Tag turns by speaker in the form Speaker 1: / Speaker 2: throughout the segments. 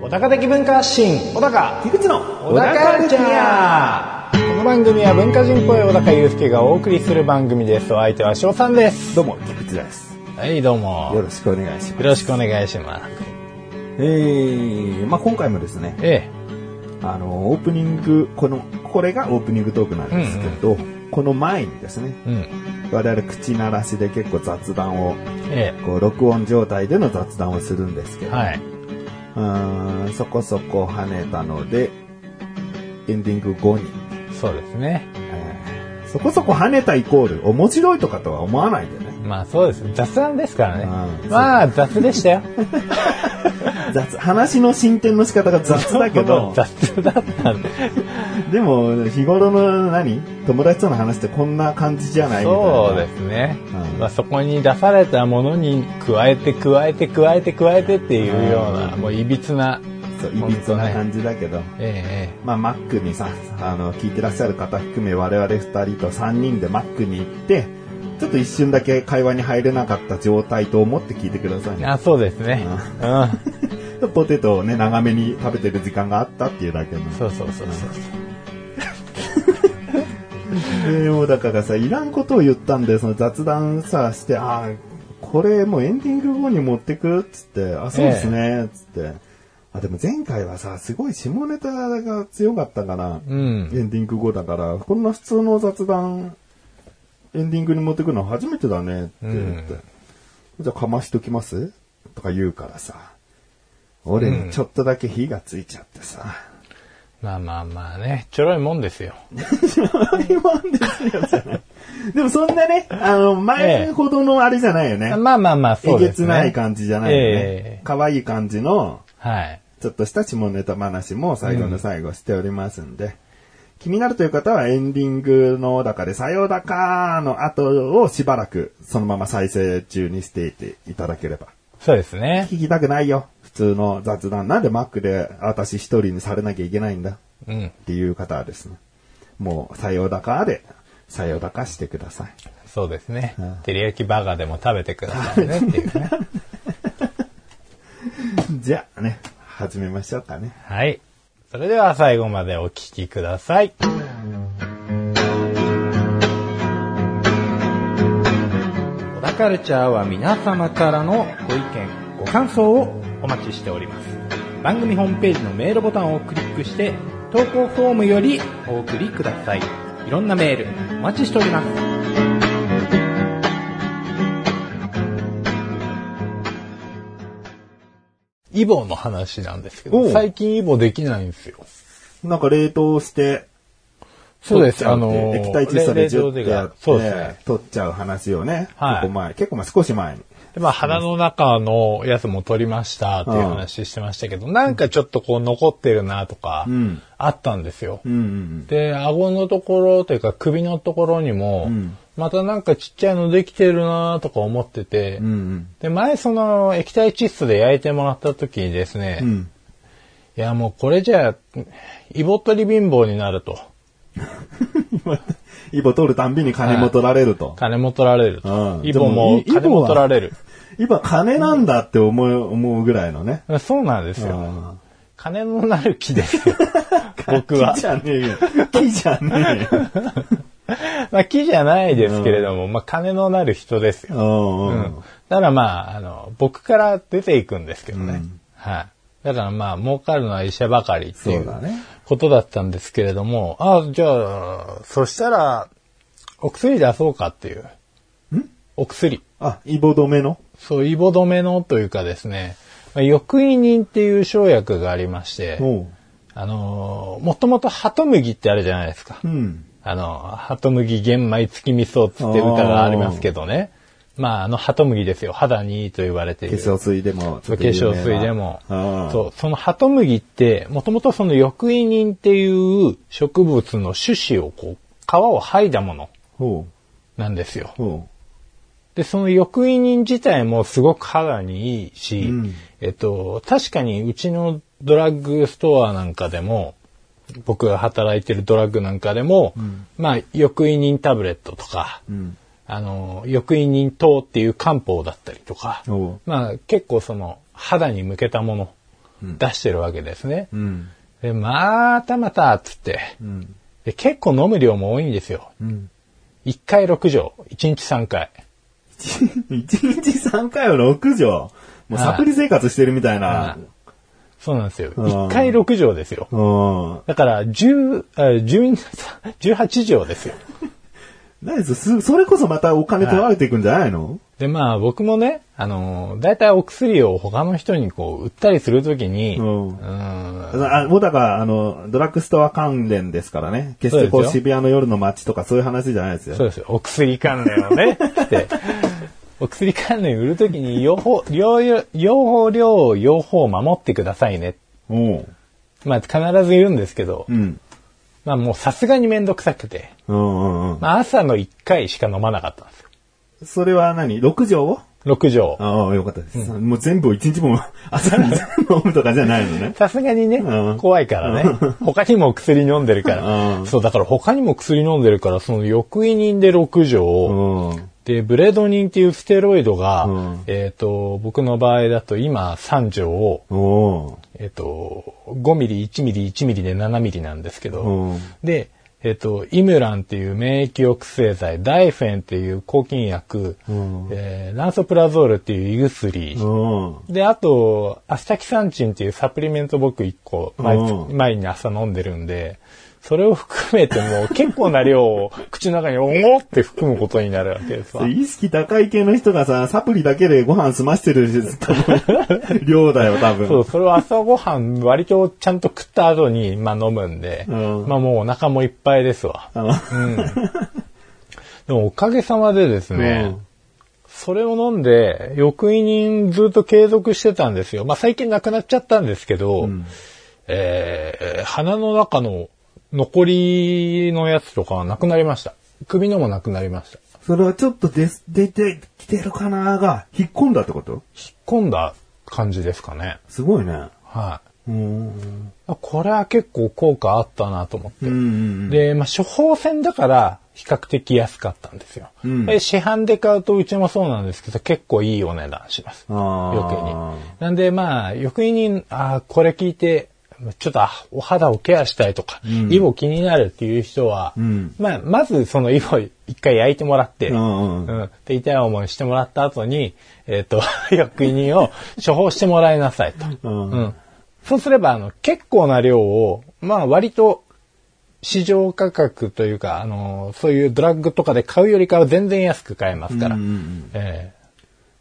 Speaker 1: 小高的文化発信小高
Speaker 2: 樋口の
Speaker 1: 小高カルチャーこの番組は文化人っぽい小高祐介がお送りする番組ですお相手は翔さんです
Speaker 2: どうも菊池です
Speaker 1: はいどうも
Speaker 2: よろしくお願いしま
Speaker 1: よ
Speaker 2: す
Speaker 1: ろしくお願いします
Speaker 2: えー、まあ今回もですね
Speaker 1: え
Speaker 2: あのオープニングこのこれがオープニングトークなんですけど、この前にですね
Speaker 1: えうん
Speaker 2: 我々口鳴らしで結構雑談を
Speaker 1: え
Speaker 2: こう録音状態での雑談をするんですけ
Speaker 1: え
Speaker 2: ど、
Speaker 1: はいう
Speaker 2: ーんそこそこ跳ねたのでエンディング後に、
Speaker 1: そうですね
Speaker 2: えーそこそこ跳ねたイコール面白いとかとは思わないでね
Speaker 1: まあそうです雑談ですからね
Speaker 2: うん
Speaker 1: まあ雑でしたよ
Speaker 2: 雑話の進展の仕方が 雑だけ ど
Speaker 1: 雑だったんで
Speaker 2: でも日頃の何友達との話ってこんな感じじゃないみたいな
Speaker 1: そうですね、
Speaker 2: うん
Speaker 1: まあ、そこに出されたものに加えて加えて加えて加えてっていうような、
Speaker 2: うん
Speaker 1: もういびつな
Speaker 2: そういびつな
Speaker 1: 本
Speaker 2: 感じだけど、
Speaker 1: 当ねえ
Speaker 2: まあ、マックにさ、あの、聞いてらっしゃる方含め我々二人と三人でマックに行って、ちょっと一瞬だけ会話に入れなかった状態と思って聞いてくださ
Speaker 1: ええ
Speaker 2: い
Speaker 1: え
Speaker 2: ね。
Speaker 1: あそうですねう
Speaker 2: ポテトをね、長めに食べてる時間があったっていうだけの。
Speaker 1: んそうそうそうそう
Speaker 2: でもうだからさ、いらんことを言ったんで、その雑談さ、して、あーこれもうエンディング後に持ってくっつって、あ、そうですね、つって。あ、でも前回はさ、すごい下ネタが強かったから、
Speaker 1: うん
Speaker 2: エンディング後だから、こんな普通の雑談、エンディングに持ってくの初めてだねって言って、じゃあかましときますとか言うからさ、俺にちょっとだけ火がついちゃってさ、
Speaker 1: まあまあまあねちょろいもんですよ
Speaker 2: 今ですよじゃないでもそんなね、あの、前ほどのあれじゃないよね。
Speaker 1: まあまあまあ
Speaker 2: え
Speaker 1: そう
Speaker 2: げ
Speaker 1: です
Speaker 2: つ
Speaker 1: ね
Speaker 2: ない感じじゃないよ
Speaker 1: ええ
Speaker 2: ね。可愛、い感じの、
Speaker 1: はい
Speaker 2: ちょっとした下ネタ話も最後の最後しておりますんで、気になるという方はエンディングの中で、さようだかーの後をしばらくそのまま再生中にしていていただければ。
Speaker 1: そうですね
Speaker 2: 聞きたくないよ。普通の雑談。なんでマックで私一人にされなきゃいけないんだ
Speaker 1: うん
Speaker 2: っていう方はですね、もうさようだかーで、さようだかしてください。
Speaker 1: そうですね
Speaker 2: うん
Speaker 1: 照り焼きバーガーでも食べてくださいねっていう ね
Speaker 2: じゃあね、始めましょうかね。
Speaker 1: はいそれでは最後までお聞きください小田カルチャーは皆様からのご意見、ご感想をお待ちしております。番組ホームページのメールボタンをクリックして、投稿フォームよりお送りください。いろんなメール、お待ちしております。イボの話なんですけ
Speaker 2: ど最
Speaker 1: 近イボできないんですよ。
Speaker 2: なんか冷凍して、
Speaker 1: そうです。あ
Speaker 2: 取っちゃ
Speaker 1: の
Speaker 2: うって液体窒素でジュッてやって、
Speaker 1: そうですね。
Speaker 2: 取っちゃう話をね、
Speaker 1: はい
Speaker 2: 結構前、結構前、少し前に。
Speaker 1: で、まあ、鼻の中のやつも取りましたっていう話してましたけど、なんかちょっとこう残ってるなとか
Speaker 2: ん、
Speaker 1: あったんですよ。
Speaker 2: うんうん
Speaker 1: で、顎のところというか首のところにも、
Speaker 2: ん
Speaker 1: またなんかちっちゃいのできてるなとか思ってて、
Speaker 2: うん。うん
Speaker 1: で、前その液体窒素で焼いてもらった時にですね、
Speaker 2: うん。うん。
Speaker 1: いやもうこれじゃあ、イボ取り貧乏になると、
Speaker 2: 今イボ取るたんびに金も取られると。
Speaker 1: 金も取られると、
Speaker 2: うん
Speaker 1: イボも
Speaker 2: でもイ
Speaker 1: 金
Speaker 2: ボ
Speaker 1: も
Speaker 2: は
Speaker 1: 取られる。
Speaker 2: 今金なんだって思う、思うぐらいのね。
Speaker 1: そうなんですよ。
Speaker 2: うん
Speaker 1: 金のなる木 ですよ。僕は
Speaker 2: 木。じゃねえよ。木じゃね
Speaker 1: まあ、木じゃないですけれども、まあ、金のなる人です
Speaker 2: え
Speaker 1: よ。
Speaker 2: よ。う
Speaker 1: うん。
Speaker 2: うんん。
Speaker 1: だからまあ、あの、僕から出ていくんですけどね。
Speaker 2: うん
Speaker 1: はい。だからまあ、儲かるのは医者ばかりってい
Speaker 2: そう
Speaker 1: う
Speaker 2: だね。
Speaker 1: ことだったんですけれども、あじゃあ、そしたら、お薬出そうかっていう。お薬。
Speaker 2: あ、イボ止めの
Speaker 1: そう、イボ止めのというかですね、まあ抑異人っていう生薬がありまして、
Speaker 2: おう
Speaker 1: あのー、もともとハトムギってあるじゃないですか。
Speaker 2: うん。
Speaker 1: あの、ハトムギ玄米月味噌っつって歌がありますけどね。まあ、あの、ハトムギですよ。肌にいいと言われてい
Speaker 2: 化
Speaker 1: る。
Speaker 2: 粧水でも、
Speaker 1: 化粧水でも。
Speaker 2: そ
Speaker 1: そう、そのハトムギって、もともとその抑異人っていう植物の種子をこう、皮を剥いだもの
Speaker 2: うん。ほ
Speaker 1: なんですよ
Speaker 2: う。。ほ
Speaker 1: で、その抑異人自体もすごく肌にいいし、
Speaker 2: うん
Speaker 1: えっと、確かにうちのドラッグストアなんかでも、僕が働いてるドラッグなんかでも、まあ、抑移人タブレットとか、
Speaker 2: うん。
Speaker 1: あの、抑移人糖っていう漢方だったりとか、
Speaker 2: おう
Speaker 1: まあ、結構その、肌に向けたもの、出してるわけですね。
Speaker 2: うん。
Speaker 1: で、またまた、つって、
Speaker 2: うん。
Speaker 1: で、結構飲む量も多いんですよ。
Speaker 2: うん。
Speaker 1: 1回6錠、1日3回。
Speaker 2: 1日3回は6錠。もうサプリ生活してるみたい
Speaker 1: あ
Speaker 2: な。
Speaker 1: そうなんですよ。
Speaker 2: ん
Speaker 1: 1回6錠ですよ。
Speaker 2: うん。
Speaker 1: だから、10、あ12 18錠ですよ。
Speaker 2: 何ですすそれこそまたお金取られていくんじゃないの
Speaker 1: で、まあ僕もね、あのー、大体お薬を他の人にこう、売ったりするときに、
Speaker 2: うん
Speaker 1: ーん
Speaker 2: あ、もうだから、あの、ドラッグストア関連ですからね。決して
Speaker 1: そ
Speaker 2: こ
Speaker 1: う
Speaker 2: う
Speaker 1: ですよ
Speaker 2: 渋谷の夜の街とかそういう話じゃないですよ。
Speaker 1: そうですよ。お薬関連をね、って。お薬関連売るときに、両方、両用、両方、量を両方守ってくださいね。
Speaker 2: おう
Speaker 1: まあ必ずいるんですけど、
Speaker 2: うん。
Speaker 1: まあもうさすがにめんどくさくて、
Speaker 2: うんうんうん。
Speaker 1: まあ朝の1回しか飲まなかったんですよ。
Speaker 2: それは何 ?6 錠を
Speaker 1: 6錠。
Speaker 2: ああ、よかったです。もう全部を1日も 朝に飲むとかじゃないのね。
Speaker 1: さすがにね、
Speaker 2: うん
Speaker 1: 怖いからね。他にも薬飲んでるから。
Speaker 2: うん
Speaker 1: そう、だから他にも薬飲んでるから、その抑異人で6錠、
Speaker 2: うん。
Speaker 1: で、ブレドニンっていうステロイドが、
Speaker 2: うん
Speaker 1: えっ、と、僕の場合だと今3錠を、
Speaker 2: おう
Speaker 1: えっ、と、5ミリ、1ミリ、1ミリで7ミリなんですけど、
Speaker 2: うん。
Speaker 1: で、えっ、と、イムランっていう免疫抑制剤、ダイフェンっていう抗菌薬、
Speaker 2: うん
Speaker 1: えーランソプラゾールっていう胃薬、
Speaker 2: うん。
Speaker 1: で、あと、アスタキサンチンっていうサプリメント僕1個毎月、
Speaker 2: うん
Speaker 1: 毎に朝飲んでるんで、それを含めてもう結構な量を口の中におおって含むことになるわけですわ。
Speaker 2: 意識高い系の人がさ、サプリだけでご飯済ましてる多分量だよ、多分。
Speaker 1: そう、それを朝ごはん割とちゃんと食った後に、まあ飲むんで、
Speaker 2: うん
Speaker 1: まあもうお腹もいっぱいですわ。
Speaker 2: あ
Speaker 1: でもおかげさまでですね、それを飲んで、翌移人ずっと継続してたんですよ。まあ最近なくなっちゃったんですけど、えー鼻の中の残りのやつとかはなくなりました。首のもなくなりました。
Speaker 2: それはちょっと出す、出てきてるかなが、引っ込んだってこと
Speaker 1: 引っ込んだ感じですかね。
Speaker 2: すごいね。
Speaker 1: はい。
Speaker 2: うん。
Speaker 1: あこれは結構効果あったなと思って。
Speaker 2: うんうん
Speaker 1: で、まあ、処方箋だから比較的安かったんですよ。
Speaker 2: うん
Speaker 1: で市販で買うとうちもそうなんですけど、結構いいお値段します。
Speaker 2: うん。あ
Speaker 1: 余計に
Speaker 2: あ。。
Speaker 1: なんで、まあ、余計に、ああ、これ聞いて、ちょっとあお肌をケアしたいとか、
Speaker 2: ん
Speaker 1: イボ気になるっていう人は、
Speaker 2: うん
Speaker 1: まあ、まずそのイボ一回焼いてもらって、
Speaker 2: うんうん
Speaker 1: んで、痛い思いしてもらった後に、えっ、と、 薬品を処方してもらいなさいと。
Speaker 2: うん
Speaker 1: うんそうすれば、あの、結構な量を、まあ、割と、市場価格というか、あの、そういうドラッグとかで買うよりかは全然安く買えますから。
Speaker 2: うんうんうん
Speaker 1: ええ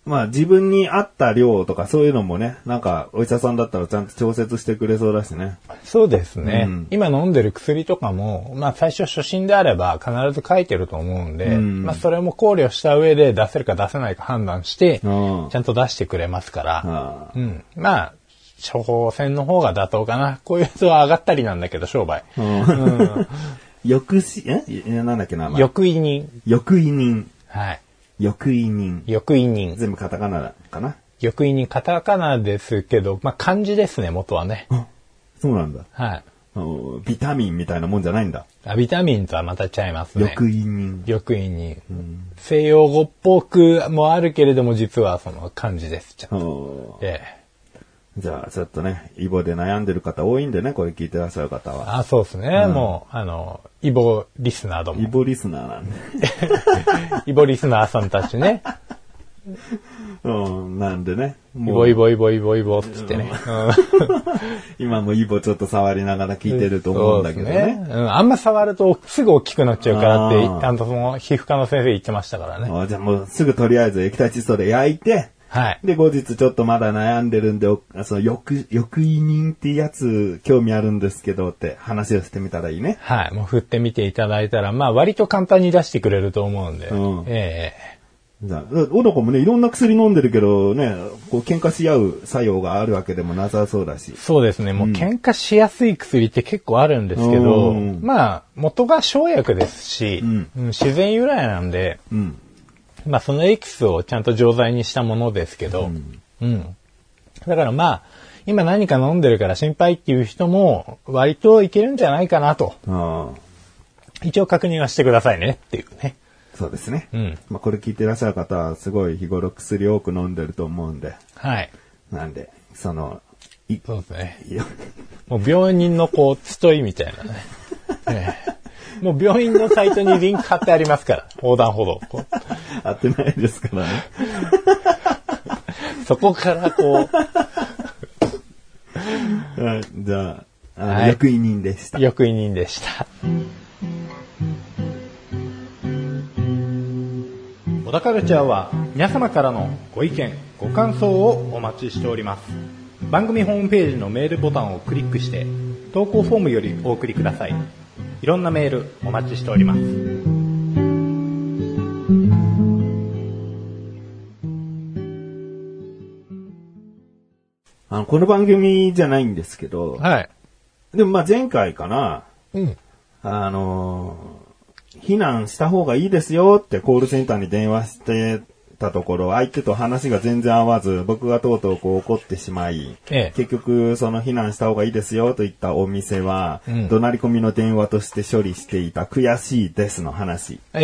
Speaker 2: まあ自分に合った量とかそういうのもね、なんかお医者さんだったらちゃんと調節してくれそうだしね。
Speaker 1: そうですね、
Speaker 2: うん
Speaker 1: 今飲んでる薬とかも、まあ、最初初心であれば必ず書いてると思うんで、
Speaker 2: うん
Speaker 1: まあ、それも考慮した上で出せるか出せないか判断して、
Speaker 2: うん
Speaker 1: ちゃんと出してくれますから。
Speaker 2: あ
Speaker 1: うん。まあ、処方箋の方が妥当かな。こういう人は上がったりなんだけど、商売。
Speaker 2: あ。うん。 抑し、えいやなんだっけ名前。
Speaker 1: 抑異人。
Speaker 2: 抑移人。
Speaker 1: はい。
Speaker 2: 抑移人。
Speaker 1: 抑異人。
Speaker 2: 全部カタカナだかな。
Speaker 1: 抑異人、カタカナですけど、まあ、漢字ですね、元はね。
Speaker 2: あ、そうなんだ。
Speaker 1: はい。
Speaker 2: おビタミンみたいなもんじゃないんだ。
Speaker 1: あビタミンとはまたちゃいますね。
Speaker 2: 抑移人。
Speaker 1: 抑異人。西洋語っぽくもあるけれども、実はその漢字です。ちゃんと
Speaker 2: お
Speaker 1: ええ
Speaker 2: じゃあちょっとね、イボで悩んでる方多いんでね、これ聞いてらっしゃる方は。
Speaker 1: あ、そうですね。もう、あの、イボリスナーど
Speaker 2: イ
Speaker 1: も。
Speaker 2: ボリスナーなんで。
Speaker 1: イボリスナーさんたちね。
Speaker 2: うん、なんでね。
Speaker 1: イ
Speaker 2: もう
Speaker 1: ボイボイボイボイボっつってね。うん
Speaker 2: 今もイボちょっと触りながら聞いてると思うんだけど
Speaker 1: そうです
Speaker 2: ね。
Speaker 1: うん、あんま触るとすぐ大きくなっちゃうからって、
Speaker 2: あー
Speaker 1: あの、その皮膚科の先生言ってましたからね。
Speaker 2: あじゃあもうすぐとりあえず液体窒素で焼いて、
Speaker 1: はい。
Speaker 2: で、後日ちょっとまだ悩んでるんで、おあその、抑、抑移人ってやつ、興味あるんですけどって話をしてみたらいいね。
Speaker 1: はい。もう振ってみていただいたら、まあ割と簡単に出してくれると思うんで。
Speaker 2: うん
Speaker 1: え
Speaker 2: じゃあ、おどこもね、いろんな薬飲んでるけど、ね、こう、喧嘩し合う作用があるわけでもなさそうだし
Speaker 1: え。そうですね。もう喧嘩しやすい薬って結構あるんですけど、
Speaker 2: うん
Speaker 1: まあ元が生薬ですし、
Speaker 2: ん
Speaker 1: うん自然由来なんで、
Speaker 2: うん。
Speaker 1: まあそのエキスをちゃんと錠剤にしたものですけど、うん。だからまあ、今何か飲んでるから心配っていう人も、割といけるんじゃないかなと。
Speaker 2: ああ、
Speaker 1: 一応確認はしてくださいねっていうね。
Speaker 2: そうですね。
Speaker 1: うん
Speaker 2: まあ、これ聞いてらっしゃる方は、すごい日頃薬多く飲んでると思うんで、
Speaker 1: はい。
Speaker 2: なんで、その、い、
Speaker 1: そうですね。
Speaker 2: いや
Speaker 1: もう病人のこう、集いみたいなね。ええもう病院のサイトにリンク貼ってありますから、横断歩道。こう
Speaker 2: 合ってないですからね。
Speaker 1: そこからこ
Speaker 2: はいじゃあ、あの
Speaker 1: はい
Speaker 2: 役員人でした
Speaker 1: う、。役員人でした。小田カルチャーは皆様からのご意見、ご感想をお待ちしております。番組ホームページのメールボタンをクリックして、投稿フォームよりお送りください。いろんなメールお待ちしております。
Speaker 2: あの、この番組じゃないんですけど、
Speaker 1: はい。
Speaker 2: でもまあ前回かな、
Speaker 1: うん。
Speaker 2: あのー避難した方がいいですよってコールセンターに電話してたところ、相手と話が全然合わず、僕がとうとうこう怒ってしまい、
Speaker 1: ええ
Speaker 2: 結局その避難した方がいいですよと言ったお店は、
Speaker 1: うん
Speaker 2: 怒鳴り込みの電話として処理していた悔しいですの話。
Speaker 1: えええ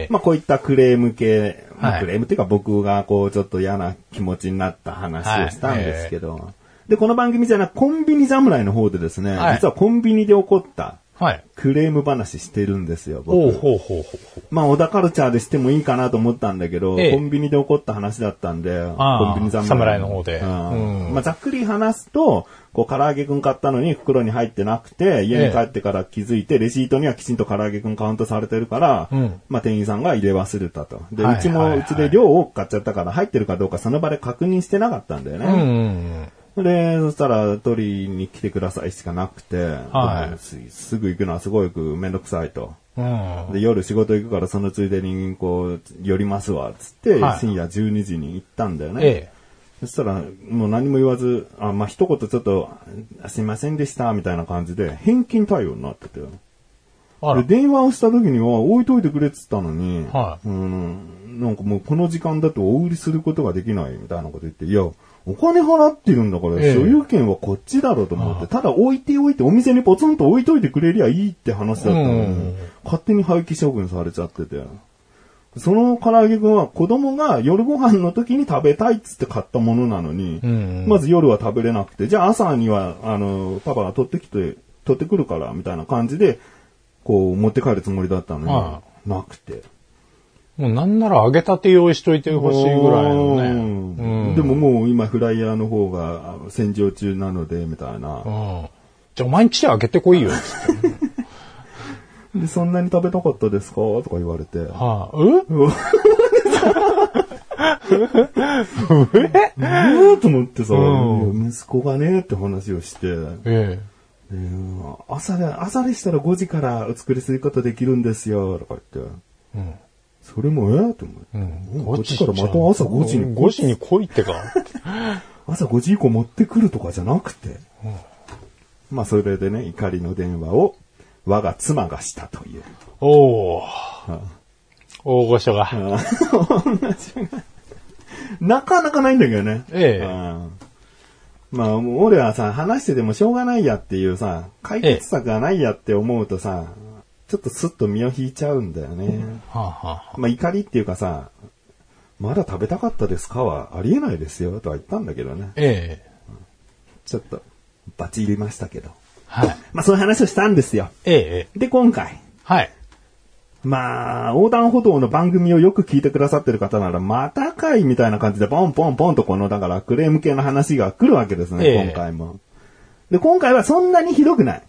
Speaker 1: ええ
Speaker 2: まあこういったクレーム系、まあ
Speaker 1: はい
Speaker 2: クレームっていうか僕がこうちょっと嫌な気持ちになった話をしたんですけど、で、この番組じゃなくコンビニ侍の方でですね、
Speaker 1: はい
Speaker 2: 実はコンビニで起こった
Speaker 1: えはい。
Speaker 2: クレーム話してるんですよ、
Speaker 1: おう
Speaker 2: 僕。
Speaker 1: ほうほうほうほう。
Speaker 2: まあ、小田カルチャーでしてもいいかなと思ったんだけど、
Speaker 1: ええ
Speaker 2: コンビニで起こった話だったんで、
Speaker 1: あ
Speaker 2: コンビニ
Speaker 1: 侍の方で
Speaker 2: うん
Speaker 1: うん
Speaker 2: まあ、ざっくり話すと、こう、唐揚げくん買ったのに袋に入ってなくて、家に帰ってから気づいて、レシートにはきちんと唐揚げくんカウントされてるから、
Speaker 1: うん
Speaker 2: まあ、店員さんが入れ忘れたと。で、
Speaker 1: はいう
Speaker 2: ち
Speaker 1: はいは
Speaker 2: も、
Speaker 1: いう
Speaker 2: ちで量多く買っちゃったから、入ってるかどうかその場で確認してなかったんだよね。
Speaker 1: うんうん
Speaker 2: で、そしたら、取りに来てくださいしかなくて、
Speaker 1: はい
Speaker 2: でもすすぐ行くのはすごいめんどくさいと。
Speaker 1: うん。うん。
Speaker 2: で、夜仕事行くからそのついでに、こう、寄りますわ、つって、
Speaker 1: はい
Speaker 2: 深夜12時に行ったんだよね。
Speaker 1: ええ。
Speaker 2: そしたら、もう何も言わず、あ、まあ、一言ちょっと、あすいませんでした、みたいな感じで、返金対応になってて。
Speaker 1: あら
Speaker 2: で、。電話をした時には、置いといてくれっつったのに、
Speaker 1: はい
Speaker 2: うん、なんかもうこの時間だとお売りすることができないみたいなこと言って、いや、お金払ってるんだから、
Speaker 1: ええ
Speaker 2: 所有権はこっちだろうと思って、ただ置いておいて、お店にポツンと置いといてくれりゃいいって話だったのに、
Speaker 1: うん
Speaker 2: 勝手に廃棄処分されちゃってて。その唐揚げくんは子供が夜ご飯の時に食べたいっつって買ったものなのに、
Speaker 1: うんうん
Speaker 2: まず夜は食べれなくて、じゃあ朝には、あの、パパが取ってきて、取ってくるから、みたいな感じで、こう持って帰るつもりだったのに、
Speaker 1: は
Speaker 2: なくて。
Speaker 1: もうなんなら揚げたて用意しといてほしいぐらいのね。うん。
Speaker 2: でももう今フライヤーの方が洗浄中なので、みたいな。
Speaker 1: うん。じゃあお前んちで揚げてこい よ。つって
Speaker 2: で、そんなに食べたかったですかとか言われて。
Speaker 1: はあ、う
Speaker 2: うーんと思ってさ、
Speaker 1: う
Speaker 2: 息子がね、って話をして。
Speaker 1: え
Speaker 2: で朝で、朝でしたら5時からお作りすることできるんですよ、とか言って。
Speaker 1: え。うん。
Speaker 2: それもえと思って。
Speaker 1: うん。
Speaker 2: こっちからまた朝5時に
Speaker 1: 5時に来いって か。
Speaker 2: 朝5時以降持ってくるとかじゃなくて、まあそれでね、怒りの電話を我が妻がしたという。
Speaker 1: おお。大御所が。
Speaker 2: なかなかないんだけどね。
Speaker 1: ええ
Speaker 2: うんまあ、もう俺はさ、話しててもしょうがないやっていうさ、解決策がないやって思うとさ、ちょっとスッと身を引いちゃうんだよね。
Speaker 1: はあ、は
Speaker 2: まあ怒りっていうかさ、まだ食べたかったですかはありえないですよとは言ったんだけどね
Speaker 1: あ、。ええ。
Speaker 2: ちょっと、バチ入りましたけど。
Speaker 1: はい。
Speaker 2: まあそういう話をしたんですよ。
Speaker 1: ええええ。
Speaker 2: で、今回。
Speaker 1: はい。
Speaker 2: まあ、横断歩道の番組をよく聞いてくださってる方なら、またかいみたいな感じで、ポンポンポンとこの、だから、クレーム系の話が来るわけですね、
Speaker 1: ええ
Speaker 2: 今回も。で、今回はそんなにひどくない。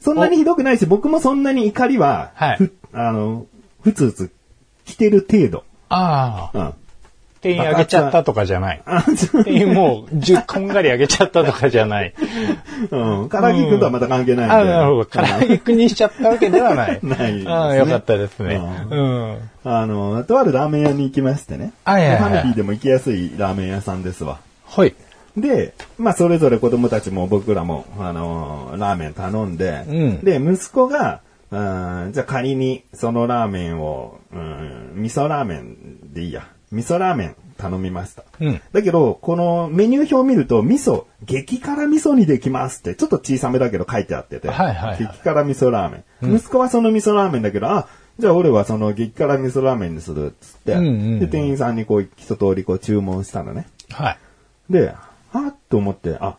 Speaker 2: そんなにひどくないし、僕もそんなに怒りは、
Speaker 1: はい
Speaker 2: ふあの、ふつふつ来てる程度。
Speaker 1: ああ。
Speaker 2: うん。
Speaker 1: 店員揚げちゃったとかじゃない。
Speaker 2: あ、ちょ
Speaker 1: 店員もう、10こんがり揚げちゃったとかじゃない。
Speaker 2: うん。唐揚げくんとはまた関係ないんで。。
Speaker 1: あなるほど。唐揚げくにしちゃったわけではない
Speaker 2: ないですね
Speaker 1: ああ、よかったですね。う
Speaker 2: う
Speaker 1: ん。
Speaker 2: あの、とあるラーメン屋に行きましてね。
Speaker 1: はいはいはい
Speaker 2: ファミリーでも行きやすいラーメン屋さんですわ。
Speaker 1: はい。
Speaker 2: で、まあ、それぞれ子供たちも僕らも、あのーラーメン頼んで、
Speaker 1: うん
Speaker 2: で、息子が、うんじゃあ仮にそのラーメンを、うん味噌ラーメンでいいや。味噌ラーメン頼みました。
Speaker 1: うん
Speaker 2: だけど、このメニュー表を見ると、味噌、激辛味噌にできますって、ちょっと小さめだけど書いてあってて。
Speaker 1: はいはいはい
Speaker 2: 激辛味噌ラーメン。息子はその味噌ラーメンだけど、あ、じゃあ俺はその激辛味噌ラーメンにするっつって、
Speaker 1: うんうんうん
Speaker 2: で、店員さんにこう一通りこう注文したのね。
Speaker 1: はい。
Speaker 2: で、あっと思って、あ、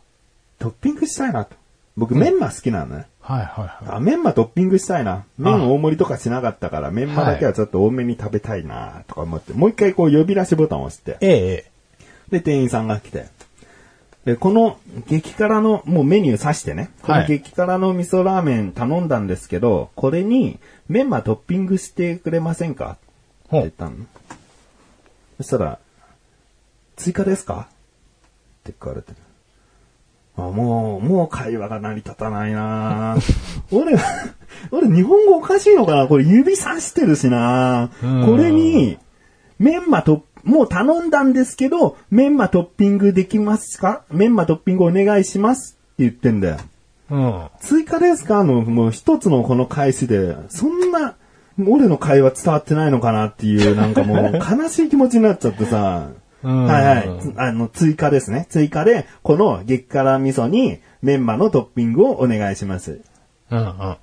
Speaker 2: トッピングしたいなと。僕、メンマ好きなのね。
Speaker 1: はいはいは
Speaker 2: あ、メンマトッピングしたいな。麺大盛りとかしなかったから、メンマだけはちょっと多めに食べたいなとか思って、もう一回こう呼び出しボタンを押して
Speaker 1: い。、ええ、
Speaker 2: で、店員さんが来て、で、この激辛の、もうメニュー指してね、こ
Speaker 1: は
Speaker 2: の
Speaker 1: い
Speaker 2: 激辛の味噌ラーメン頼んだんですけど、これにメンマトッピングしてくれませんかって
Speaker 1: ほ
Speaker 2: 言っ
Speaker 1: う。
Speaker 2: たの。そしたら、追加ですかって聞かれてる。あ、もう、もう会話が成り立たな いなぁ俺、俺日本語おかしいのかなこれ指さしてるしな
Speaker 1: うん
Speaker 2: ぁこれに、メンマと、もう頼んだんですけど、メンマトッピングできますかメンマトッピングお願いしますって言ってんだよ。
Speaker 1: うん。
Speaker 2: 追加ですかの、もう一つのこの返しで、そんな、俺の会話伝わってないのかなっていう、なんかも う悲しい気持ちになっちゃってさ、
Speaker 1: うん
Speaker 2: はいはいつ、あの、追加ですね。追加で、この激辛味噌にメンマのトッピングをお願いします。
Speaker 1: うんうん。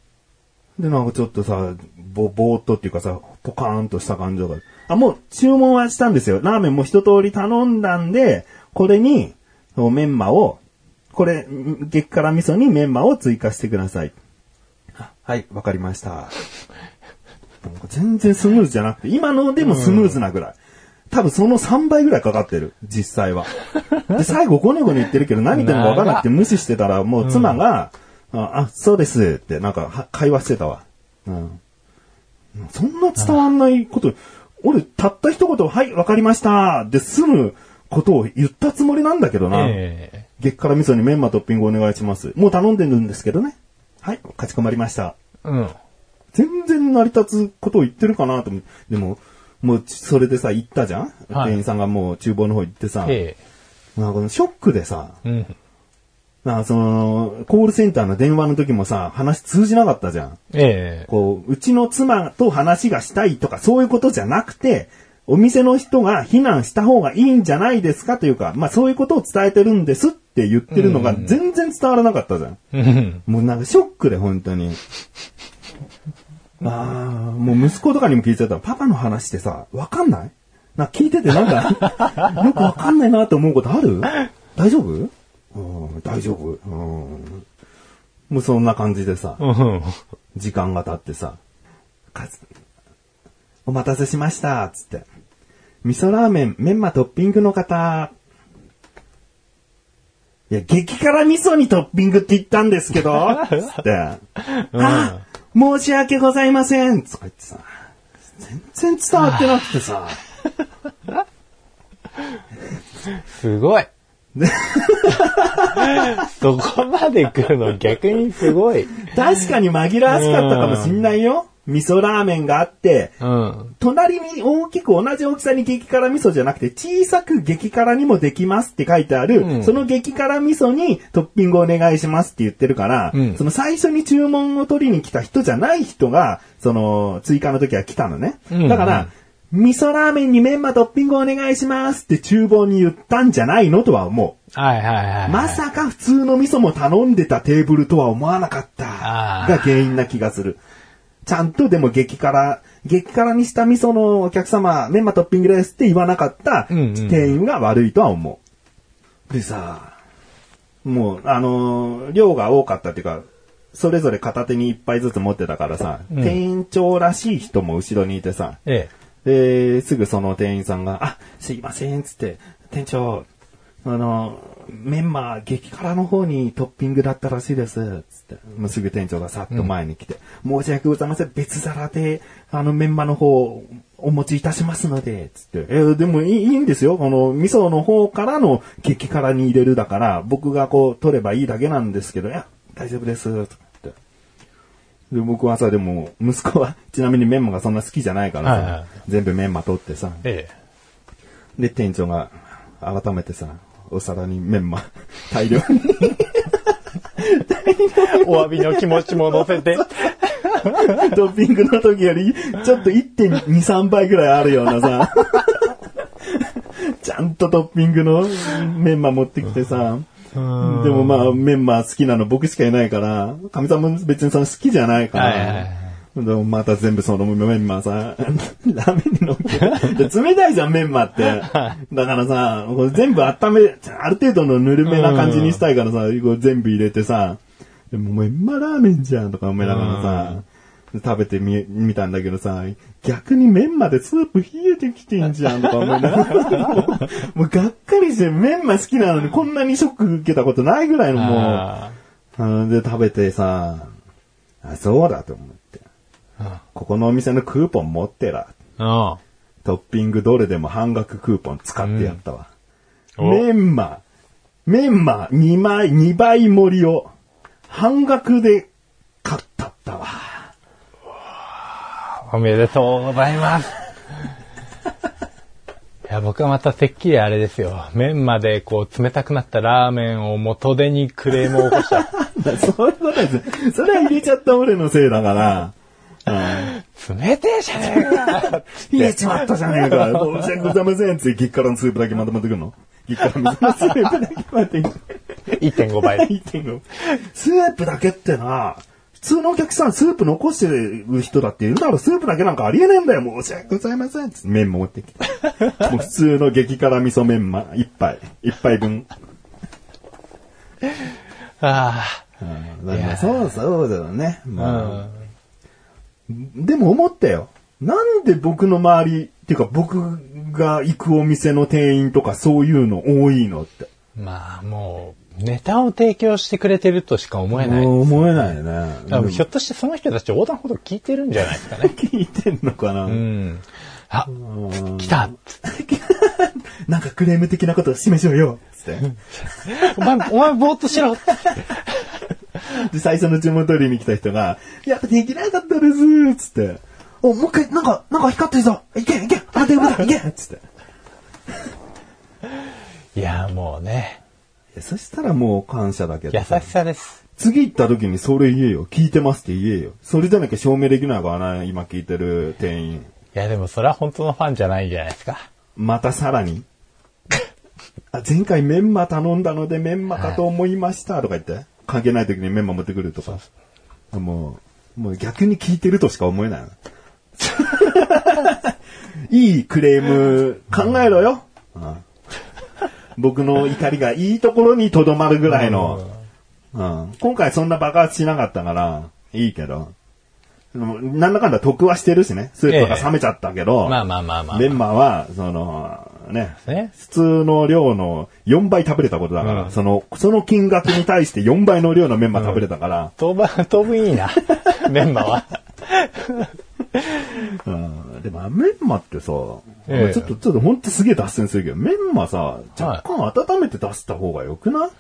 Speaker 2: で、なんかちょっとさ、ぼ、ぼーっとっていうかさ、ポカーンとした感じが。あ、もう注文はしたんですよ。ラーメンも一通り頼んだんで、これに、おメンマを、これ、ん激辛味噌にメンマを追加してください。あはい、わかりました。なんか全然スムーズじゃなくて、今のでもスムーズなぐらい。多分その3倍ぐらいかかってる、実際は。で、最後ごねごね言ってるけど何言ってるのかわかんなくて無視してたら、もう妻が、あ、あそうですって、なんかは会話してたわ。うん。そんな伝わんないこと、俺、たった一言、はい、わかりましたで済むことを言ったつもりなんだけどな。
Speaker 1: ええ。
Speaker 2: 激辛味噌にメンマトッピングお願いします。もう頼んでるんですけどね。はい、かしこまりました。
Speaker 1: うん。
Speaker 2: 全然成り立つことを言ってるかなと思って。でも、もう、それでさ、行ったじゃん、
Speaker 1: はい
Speaker 2: 店員さんがもう厨房の方行ってさ、
Speaker 1: え
Speaker 2: なんかこのショックでさ、
Speaker 1: え。うん。
Speaker 2: なんかその、コールセンターの電話の時もさ、話通じなかったじゃん。
Speaker 1: ええ。
Speaker 2: こう、うちの妻と話がしたいとかそういうことじゃなくて、お店の人が避難した方がいいんじゃないですかというか、まあそういうことを伝えてるんですって言ってるのが全然伝わらなかったじゃん。
Speaker 1: うん。
Speaker 2: もうなんかショックで本当に。ああ、もう息子とかにも聞いちゃったパパの話ってさ、わかんないなんか聞いててなん か、よくわかんないなって思うことある大丈夫うん、大丈夫うん。もうそんな感じでさ。
Speaker 1: うん。
Speaker 2: 時間が経ってさ、かつ、お待たせしました、つって。味噌ラーメン、メンマトッピングの方。いや、激辛味噌にトッピングって言ったんですけど、つって。あ申し訳ございませんとか言ってさ、全然伝わってなくてさ、
Speaker 1: すごい。 そこまで来るの逆にすごい。
Speaker 2: 確かに紛らわしかったかもしんないよ。味噌ラーメンがあって、
Speaker 1: うん。
Speaker 2: 隣に大きく同じ大きさに激辛味噌じゃなくて、小さく激辛にもできますって書いてある、
Speaker 1: うん
Speaker 2: その激辛味噌にトッピングお願いしますって言ってるから、
Speaker 1: うん
Speaker 2: その最初に注文を取りに来た人じゃない人が、その追加の時は来たのね。
Speaker 1: うん
Speaker 2: だから、味噌ラーメンにメンマトッピングお願いしますって厨房に言ったんじゃないのとは思う。
Speaker 1: はいはいはい。
Speaker 2: まさか普通の味噌も頼んでたテーブルとは思わなかった
Speaker 1: あー
Speaker 2: が原因な気がする。ちゃんとでも激辛、激辛にした味噌のお客様、メンマトッピングですって言わなかった
Speaker 1: うんうん
Speaker 2: 店員が悪いとは思う。でさ、もう、あのー量が多かったっていうか、それぞれ片手に一杯ずつ持ってたからさ、
Speaker 1: ん
Speaker 2: 店員長らしい人も後ろにいてさ、
Speaker 1: え
Speaker 2: で、すぐその店員さんが、あ、すいません、つって、店長、あの、メンマ激辛の方にトッピングだったらしいです、つって。もうすぐ店長がさっと前に来て、申し訳ございません、別皿で、あのメンマの方、お持ちいたしますので、つって。えーでもいいいいんですよ。この、味噌の方からの激辛に入れるだから、僕がこう、取ればいいだけなんですけど、いや、大丈夫です、とか言って。で、僕はさ、でも、息子は、ちなみにメンマがそんな好きじゃないからさ、
Speaker 1: はいはい
Speaker 2: 全部メンマ取ってさ、
Speaker 1: え。え
Speaker 2: で、店長が、改めてさ、お皿にメンマ、大量に。
Speaker 1: え。お詫びの気持ち も乗せて。
Speaker 2: トッピングの時より、ちょっと1.23倍ぐらいあるようなさ、ちゃゃんとトッピングのメンマ持ってきてさ、
Speaker 1: で
Speaker 2: でもまあ、メンマ好きなの僕しかいないから、かみさんも別にその好きじゃないから、
Speaker 1: はいはいはい
Speaker 2: でもまた全部そのメンマさ、ラーメンに乗っけで冷たいじゃん、メンマって。だからさ、これ全部温め、ある程度のぬるめな感じにしたいからさ、こう全部入れてさ、でもメンマラーメンじゃんとか思いながらさ、で食べてみ、見たんだけどさ、逆にメンマでスープ冷えてきてんじゃんとか思いながら、 もうもうがっかりしてメンマ好きなのにこんなにショック受けたことないぐらいのもう、
Speaker 1: あ
Speaker 2: うんで食べてさ、あ、そうだと思って。
Speaker 1: あ
Speaker 2: ここのお店のクーポン持ってら。
Speaker 1: あ
Speaker 2: トッピングどれでも半額クーポン使ってやったわ。
Speaker 1: うんお
Speaker 2: メンマ、メンマ2枚、2倍盛りを半額で買ったったわ。
Speaker 1: おめでとうござい ます。いや、僕はまたてっきりあれですよ。麺までこう冷たくなったラーメンを元手にクレームを起こ した。
Speaker 2: だそういうことです。それは入れちゃった俺のせいだから。うん
Speaker 1: 冷てえじゃねえか
Speaker 2: 入れちまったじゃねえ か。申し訳ございません。つい激辛のスープだけまとめてくんの激辛のスープだけまとめてくる。
Speaker 1: 1.5倍。
Speaker 2: 1.5スープだけってな、普通のお客さんスープ残してる人だっているだろ、スープだけなんかありえねえんだよ、申し訳ございません。つって麺も持ってきて。もう普通の激辛味噌麺ま、一杯、一杯分。
Speaker 1: あ
Speaker 2: うん
Speaker 1: いや
Speaker 2: そうそうだよね。
Speaker 1: あ。うん。
Speaker 2: まあでも思ったよ。なんで僕の周り、っていうか僕が行くお店の店員とかそういうの多いのって。
Speaker 1: まあ、もう、ネタを提供してくれてるとしか思えない。
Speaker 2: 思えないよね。
Speaker 1: 多分ひょっとしてその人たち横断歩道聞いてるんじゃないですかね。
Speaker 2: 聞いてんのかな、
Speaker 1: うん。あ、
Speaker 2: うん
Speaker 1: 来た
Speaker 2: なんかクレーム的なことを示しようよ。つって。
Speaker 1: お前、お前ぼーっとし ろ
Speaker 2: で、最初の注文通りに来た人が、やっぱできなかったです。つって。お、もう一回、なんか、なんか光ってるぞ。いけ、いけ、あ、でもだ、いけ。つって。
Speaker 1: いや、もうね、
Speaker 2: 優ししたらもう感謝だけど
Speaker 1: 優し
Speaker 2: さ。
Speaker 1: さです。
Speaker 2: 次行った時にそれ言えよ。聞いてますって言えよ。それじゃなきゃ証明できないからな、今聞いてる店員。
Speaker 1: いや、でもそれは本当のファンじゃないじゃないですか。
Speaker 2: またさらに。 あ前回メンマ頼んだのでメンマかと思いましたとか言って、関係ない時にメンマ持ってくるとか。もう、もう逆に聞いてるとしか思 えない。いいクレーム考えろよ。うん僕の怒りがいいところにとどまるぐらいの。うん今回そんな爆発しなかったから、いいけど。でもなんだかんだ得はしてるしね。スープが冷めちゃったけど。
Speaker 1: まあまあまあまあ。
Speaker 2: メンマは、その、ね、
Speaker 1: ね。
Speaker 2: 普通の量の4倍食べれたことだから、
Speaker 1: うん
Speaker 2: その、その金額に対して4倍の量のメンマ食べれたから、
Speaker 1: 当 分、当分いいな。メンマは。
Speaker 2: うんでもメンマってさ、
Speaker 1: ええ
Speaker 2: ちょっと、ちょっとほんとすげえ脱線するけど、メンマさ、若干温めて出した方が良くない、
Speaker 1: い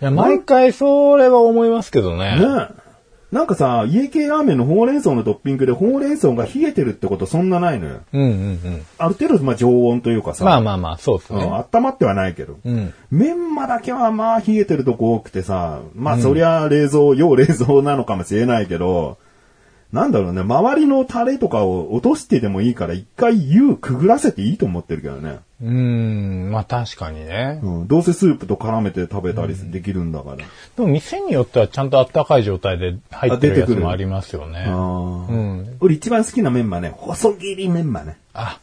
Speaker 1: や、毎回それは思いますけどね。
Speaker 2: ねなんかさ、家系ラーメンのほうれん草のトッピングでほうれん草が冷えてるってことそんなないのよ。
Speaker 1: うんうんうん。
Speaker 2: ある程度、まあ常温というかさ、
Speaker 1: まあまあまあ、そうです
Speaker 2: うん
Speaker 1: ね。
Speaker 2: 温まってはないけど。
Speaker 1: うん。
Speaker 2: メンマだけはまあ冷えてるとこ多くてさ、まあそりゃ冷蔵、要冷蔵なのかもしれないけど、なんだろうね、周りのタレとかを落としてでもいいから一回湯くぐらせていいと思ってるけどね。
Speaker 1: うん、まあ確かにね。
Speaker 2: うん、どうせスープと絡めて食べたりできるんだから。
Speaker 1: でも店によってはちゃんとあったかい状態で入ってるやつもありますよね。
Speaker 2: あー
Speaker 1: うん。
Speaker 2: 俺一番好きなメンマね、細切りメンマね。
Speaker 1: あ、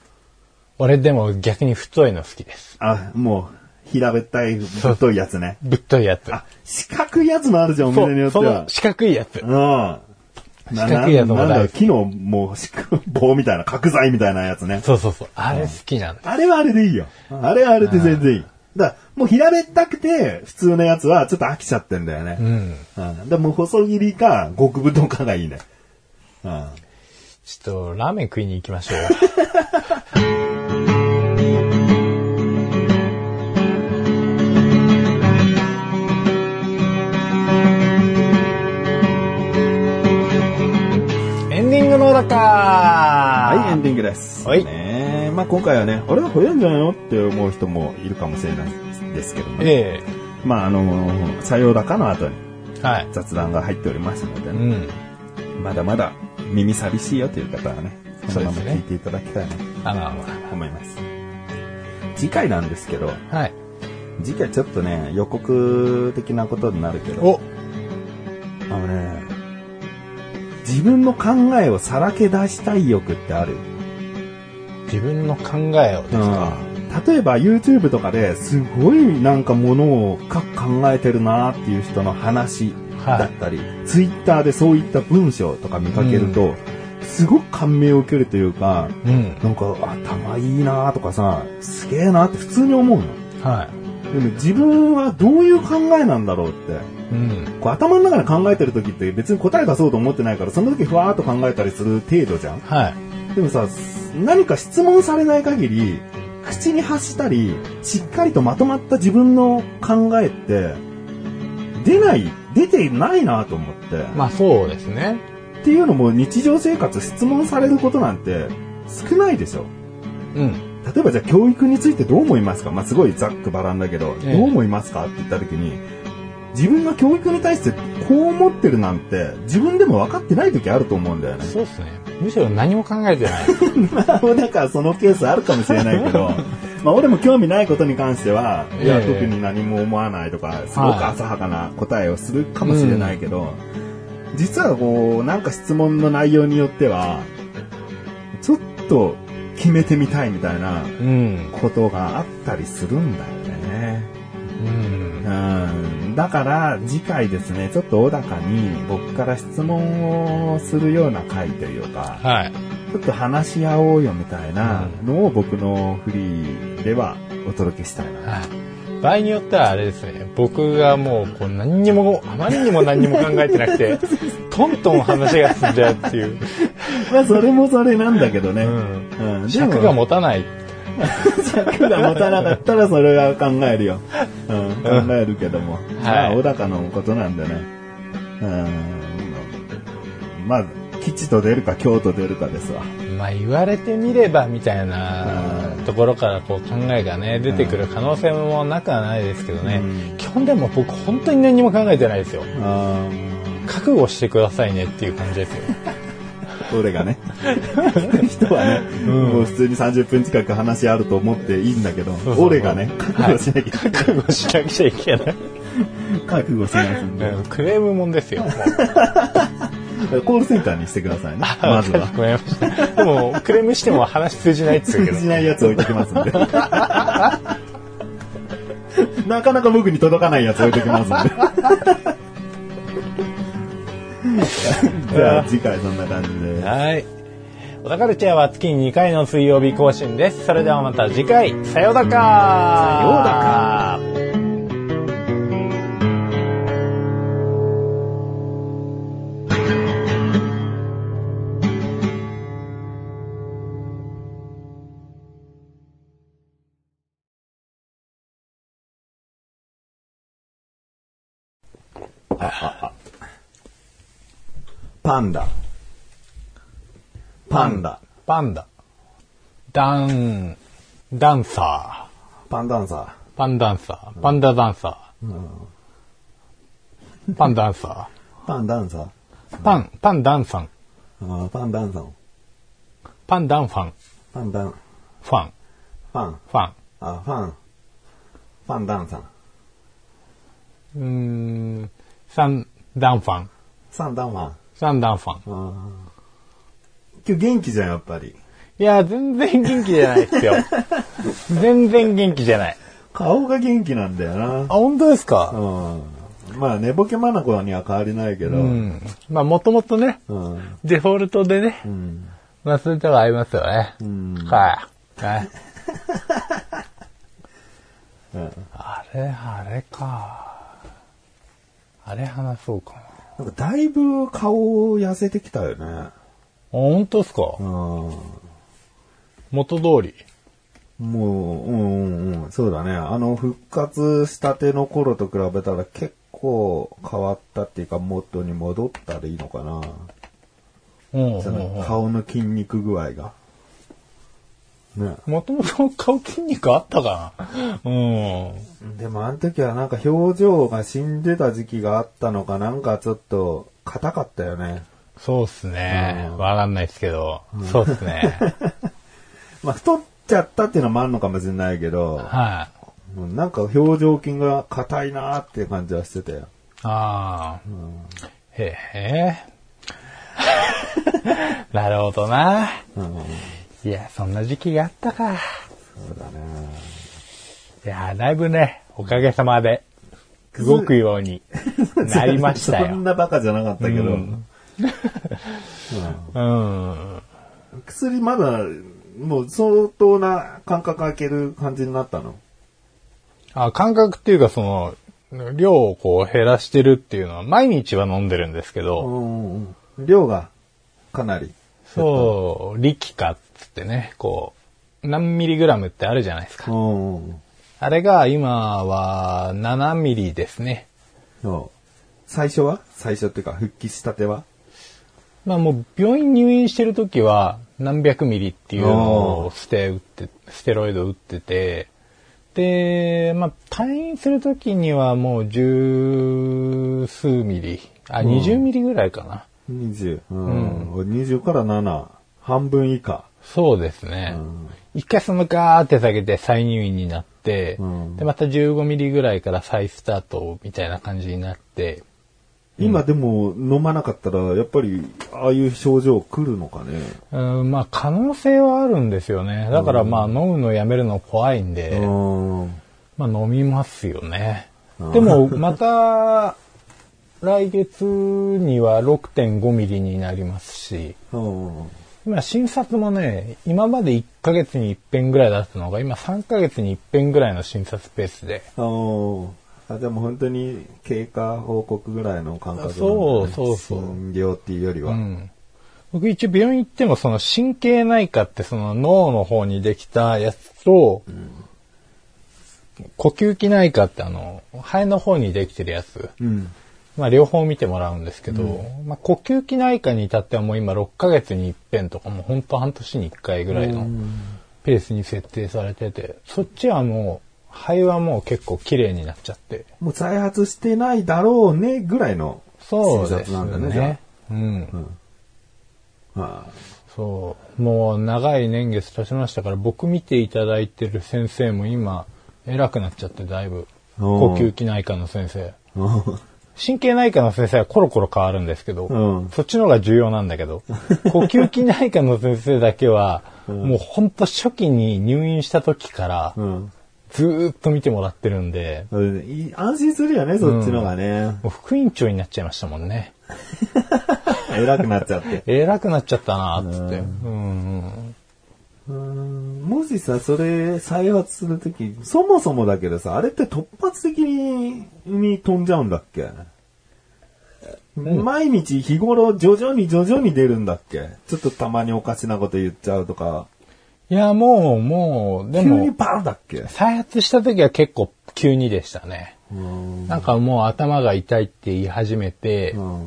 Speaker 1: 俺でも逆に太いの好きです。
Speaker 2: あ、もう、平べったい太いやつね。
Speaker 1: ぶっといやつ。
Speaker 2: あ、四角いやつもあるじゃん、お
Speaker 1: そ
Speaker 2: 店によ
Speaker 1: う、
Speaker 2: って
Speaker 1: そ
Speaker 2: は
Speaker 1: の。四角いやつ。
Speaker 2: うん。
Speaker 1: 四角いやつも
Speaker 2: なな
Speaker 1: 大好き
Speaker 2: んだろう、木の、もう四角、棒みたいな、角材みたいなやつね。
Speaker 1: そうそうそう。あれ好きなんだ。
Speaker 2: あれはあれでいいよ。あれはあれで全然いい。だからもう平べったくて、普通のやつはちょっと飽きちゃってんだよね。う。
Speaker 1: うんん。
Speaker 2: だからもう細切りか、極太かがいいね。うん。
Speaker 1: ちょっとラーメン食いに行きましょう。エンディングのだか
Speaker 2: はい、エ
Speaker 1: は
Speaker 2: ンディングです。
Speaker 1: はい
Speaker 2: ねえまあ今回はね、あれは早いんじゃないのって思う人もいるかもしれないですけどね。
Speaker 1: え
Speaker 2: まああの、さようだかの後に
Speaker 1: えはい。
Speaker 2: 雑談が入っておりますので
Speaker 1: う
Speaker 2: ね。
Speaker 1: ん。
Speaker 2: まだまだ耳寂しいよという方はね、そのまま
Speaker 1: そうですね
Speaker 2: 聞いていただきたいなと
Speaker 1: あまあまあ。
Speaker 2: 思います。次回なんですけど、
Speaker 1: はい。
Speaker 2: 次回ちょっとね、予告的なことになるけど、
Speaker 1: お
Speaker 2: あのね、自分の考えをさらけ出したい欲ってある。
Speaker 1: 自分の考えをですか。
Speaker 2: 例えば YouTube とかですごいなんかものを深く考えてるなっていう人の話
Speaker 1: はい
Speaker 2: だったり、Twitter でそういった文章とか見かけると、すごく感銘を受けるというか、
Speaker 1: うん。
Speaker 2: なんか頭いいなとかさ、すげえなって普通に思うの。
Speaker 1: は
Speaker 2: でも自分はどういう考えなんだろうって。
Speaker 1: い。うん。
Speaker 2: こう頭の中で考えてる時って別に答え出そうと思ってないから、その時ふわーっと考えたりする程度じゃん。
Speaker 1: はい。
Speaker 2: でもさ、何か質問されない限り、口に発したり、しっかりとまとまった自分の考えって、出ない、出てないなと思って。
Speaker 1: まあそうですね。
Speaker 2: っていうのも日常生活質問されることなんて少ないでしょ。
Speaker 1: うん。
Speaker 2: 例えばじゃあ教育についてどう思いますかまあ、すごいざっくばらんだけど、
Speaker 1: ええ
Speaker 2: どう思いますかって言った時に、自分が教育に対してこう思ってるなんて、自分でも分かってない時あると思うんだよね。
Speaker 1: そうですね。むしろ何も考えてない。
Speaker 2: まあ、だからそのケースあるかもしれないけ ど、まあ、俺も興味ないことに関しては、いや、
Speaker 1: ええ
Speaker 2: 特に何も思わないとか、すごく浅はかな答えをするかもしれないけど、実はこう、なんか質問の内容によっては、ちょっと決めてみたいみたいな
Speaker 1: うん。
Speaker 2: ことがあったりするんだよね。
Speaker 1: うん。
Speaker 2: うん。だから、次回ですね、ちょっと小高に僕から質問をするような回というか、
Speaker 1: はい。
Speaker 2: ちょっと話し合おうよみたいなのを僕のフリーではお届けしたい な。
Speaker 1: はい。場合によってはあれですね、僕がもうこう何にも、あまりにも何にも考えてなく て、トントン話が進んじゃうっていう。
Speaker 2: まあそれもそれなんだけどね。
Speaker 1: う
Speaker 2: うん
Speaker 1: ん。
Speaker 2: でも
Speaker 1: 尺が持たない。
Speaker 2: 尺が持たなかったらそれは考えるよ。うん、考えるけども。まあ小高のことなんでね。うん。まあ、吉と出るか京と出るかですわ。
Speaker 1: まあ言われてみればみたいなところからこう考えがね、出てくる可能性もなくはないですけどね。
Speaker 2: うん
Speaker 1: 基本でも僕本当に何も考えてないですよ。
Speaker 2: あ
Speaker 1: 覚悟してくださいねっていう感じですよ。
Speaker 2: ー俺がね。 人はね、もう普通に30分近く話あると思っていいんだけど、
Speaker 1: そうそう
Speaker 2: 俺がね、覚悟しなきゃ、
Speaker 1: 覚悟しなくちゃいけない。
Speaker 2: 覚悟しないとね
Speaker 1: うんクレームもんですよ。もう
Speaker 2: コールセンターにしてくださいね。まずは。
Speaker 1: ごめんなさいでも、クレームしても話通じないっつう
Speaker 2: 通
Speaker 1: けど。
Speaker 2: じないやつ置いてきますんで。なかなか僕に届かないやつ置いてきますんで。じゃあ次回そんな感じで。
Speaker 1: はい。小田カルチャーは月に2回の水曜日更新です。それではまた次回、さようだか
Speaker 2: さようだかパンダ。パンダ。
Speaker 1: パンダ。ダン、ダンサ
Speaker 2: パンダンサ
Speaker 1: ー。パンダンサー。パンダダンサー。パンダンサ
Speaker 2: ー。パンダンサー。
Speaker 1: ー。パン、パンダンさん。
Speaker 2: あーパンダンさん。
Speaker 1: パンダンファン。
Speaker 2: パンダン、フ
Speaker 1: ファン、
Speaker 2: ァン、
Speaker 1: ファン。
Speaker 2: あ、ファン、ファンダンさん。
Speaker 1: うーん、サンダンファン。
Speaker 2: サンダンファン。あ
Speaker 1: サンダンファン。
Speaker 2: ー今日元気じゃん、やっぱり。
Speaker 1: いや、全然元気じゃないです よ。全然元気じゃない。
Speaker 2: 顔が元気なんだよな。
Speaker 1: あ、本当ですか
Speaker 2: うん。まあ、寝ぼけまなこには変わりないけど。う。
Speaker 1: うんん。まあ、もともとね、
Speaker 2: うん。
Speaker 1: デフォルトでね、まあ、そういうとこありますよね。
Speaker 2: ん
Speaker 1: はい。はい。
Speaker 2: うん
Speaker 1: あれ、あれか。あれ話そうかな。あ
Speaker 2: なんかだいぶ顔痩せてきたよね。
Speaker 1: 本当ですか
Speaker 2: うん。
Speaker 1: 元通り。
Speaker 2: もう、うんうんうん。そうだね。あの、復活したての頃と比べたら結構変わったっていうか、元に戻ったでいいのかな。
Speaker 1: うん
Speaker 2: その顔の筋肉具合が。ね。
Speaker 1: もともと顔筋肉あったかなうん。
Speaker 2: でもあの時はなんか表情が死んでた時期があったのかなんかちょっと硬かったよね。
Speaker 1: そうっすね
Speaker 2: う。ん
Speaker 1: わかんないですけど。そうっすね。
Speaker 2: まあ太っちゃったっていうのもあるのかもしれないけど、
Speaker 1: はい。
Speaker 2: もうなんか表情筋が硬いなーっていう感じはしてたよ。
Speaker 1: ああ。へ え。なるほどな。
Speaker 2: うん。
Speaker 1: いや、そんな時期があったか。
Speaker 2: そうだね。
Speaker 1: いや、だいぶね、おかげさまで、動くように なりました
Speaker 2: そん
Speaker 1: よ。
Speaker 2: なバカじゃなかったけど、
Speaker 1: うんうん。
Speaker 2: 薬まだ、もう相当な間隔空ける感じになったの。
Speaker 1: あ、感覚っていうか、その、量をこう減らしてるっていうのは、毎日は飲んでるんですけ
Speaker 2: う
Speaker 1: ど、
Speaker 2: んうんうん。量がかなり。
Speaker 1: そう、力化っつってね、こう、何ミリグラムってあるじゃないです
Speaker 2: う
Speaker 1: か。
Speaker 2: んうんうん。
Speaker 1: あれが今は7ミリですね。
Speaker 2: そう。最初は最初っていうか、復帰したては
Speaker 1: まあもう病院入院してる時は何百ミリっていうのをステ打って、ステロイド打ってて、で、まあ退院する時にはもう十数ミリ、あ、20ミリぐらいかな。
Speaker 2: ?20。うん。20から7。半分以下。
Speaker 1: そうですね。一回そのガーって下げて再入院になって、
Speaker 2: うん
Speaker 1: で、また15ミリぐらいから再スタートみたいな感じになって、
Speaker 2: 今でも飲まなかったら、やっぱり、ああいう症状来るのかね。
Speaker 1: うん、まあ可能性はあるんですよね。だからまあ飲むのやめるの怖いんで、
Speaker 2: うん。
Speaker 1: まあ飲みますよね
Speaker 2: うん。
Speaker 1: でも、また、来月には6.5ミリになりますし、
Speaker 2: うん。
Speaker 1: 今診察もね、今まで1ヶ月に1遍ぐらいだったのが、今3ヶ月に1遍ぐらいの診察ペースで。
Speaker 2: うんあでも本当に経過報告ぐらいの感覚なんだね
Speaker 1: そうそうそう
Speaker 2: 診療っていうよりは。
Speaker 1: うん。僕一応病院行ってもその神経内科ってその脳の方にできたやつと、呼吸器内科ってあの、肺の方にできてるやつ。
Speaker 2: うん。
Speaker 1: まあ両方見てもらうんですけど、まあ呼吸器内科に至ってはもう今6ヶ月に一遍とかもうほんと半年に1回ぐらいのペースに設定されてて、そっちはもう肺はもう結構綺麗になっちゃって。
Speaker 2: もう再発してないだろうね、ぐらいの
Speaker 1: そう
Speaker 2: 診
Speaker 1: です
Speaker 2: 察なんだ
Speaker 1: ね。
Speaker 2: ね。じゃ
Speaker 1: うん。
Speaker 2: あは
Speaker 1: そう。もう長い年月経ちましたから僕見ていただいてる先生も今偉くなっちゃってだいぶ。
Speaker 2: お
Speaker 1: 呼
Speaker 2: ー
Speaker 1: 吸器内科の先生。
Speaker 2: いうん
Speaker 1: 神経内科の先生はコロコロ変わるんですけど、
Speaker 2: うん
Speaker 1: そっちの方が重要なんだけ ど、呼吸器内科の先生だけは、もうほんと初期に入院した時から、
Speaker 2: うん。
Speaker 1: ずーっと見てもらってるんで、
Speaker 2: うんいい安心するよね、そっちのがね。
Speaker 1: もう副院長になっちゃいましたもんね。
Speaker 2: 偉くなっちゃって。
Speaker 1: 偉くなっちゃったなーっつって。うんうん
Speaker 2: うんもしさ、それ再発するとき、そもそもだけどさ、あれって突発的にに飛んじゃうんだっけ、毎日日頃徐々に徐々に出るんだっけちょっとたまにおかしなこと言っちゃうとか、
Speaker 1: いや、もう、もう、で
Speaker 2: 急に
Speaker 1: も、
Speaker 2: バーンだっけ
Speaker 1: 再発した時は結構急にでしたね。
Speaker 2: うん。
Speaker 1: なんかもう頭が痛いって言い始めて、
Speaker 2: うん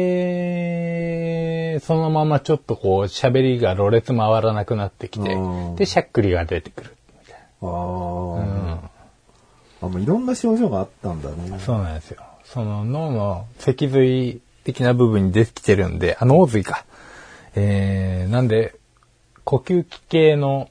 Speaker 1: で、そのままちょっとこう喋りがろれつ回らなくなってきて
Speaker 2: うん、
Speaker 1: で、しゃっくりが出てくるみたい
Speaker 2: あ
Speaker 1: な。
Speaker 2: ー
Speaker 1: う
Speaker 2: あ、もういろんな症状があったんだね
Speaker 1: ん。。そうなんですよ。その脳の脊髄的な部分にできてるんで、あ、脳髄か。えー、なんで、呼吸器系の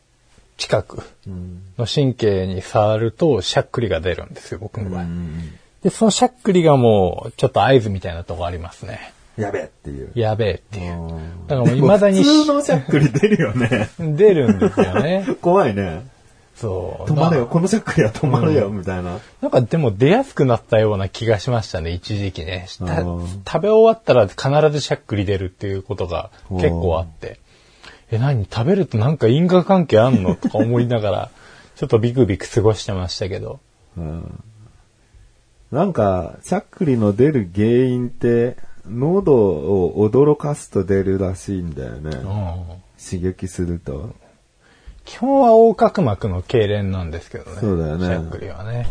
Speaker 1: 近く
Speaker 2: うん。
Speaker 1: の神経に触るとしゃっくりが出るんですよ、僕の場
Speaker 2: う
Speaker 1: 合。
Speaker 2: ん
Speaker 1: で、そのしゃっくりがもう、ちょっと合図みたいなとこありますね。
Speaker 2: やべえっていう。
Speaker 1: やべえっていうう。
Speaker 2: ん
Speaker 1: だからもう未だに
Speaker 2: 普通のしゃっくり出るよね。
Speaker 1: 出るんですよね。
Speaker 2: 怖いね。
Speaker 1: そう。
Speaker 2: 止まれよ、
Speaker 1: な。
Speaker 2: このしゃっくりは止まれよ、みたいな。
Speaker 1: なんかでも出やすくなったような気がしましたね、一時期ね。した
Speaker 2: あー
Speaker 1: 食べ終わったら必ずしゃっくり出るっていうことが結構あって。え、何食べるとなんか因果関係あんのとか思いなが ら、ちょっとビクビク過ごしてましたけど。
Speaker 2: うんなんか、しゃっくりの出る原因って、喉を驚かすと出るらしいんだよ
Speaker 1: う
Speaker 2: ね。
Speaker 1: ん
Speaker 2: 刺激すると。
Speaker 1: 基本は横隔膜の痙攣なんですけどね。
Speaker 2: そうだよね
Speaker 1: しゃっくりはね。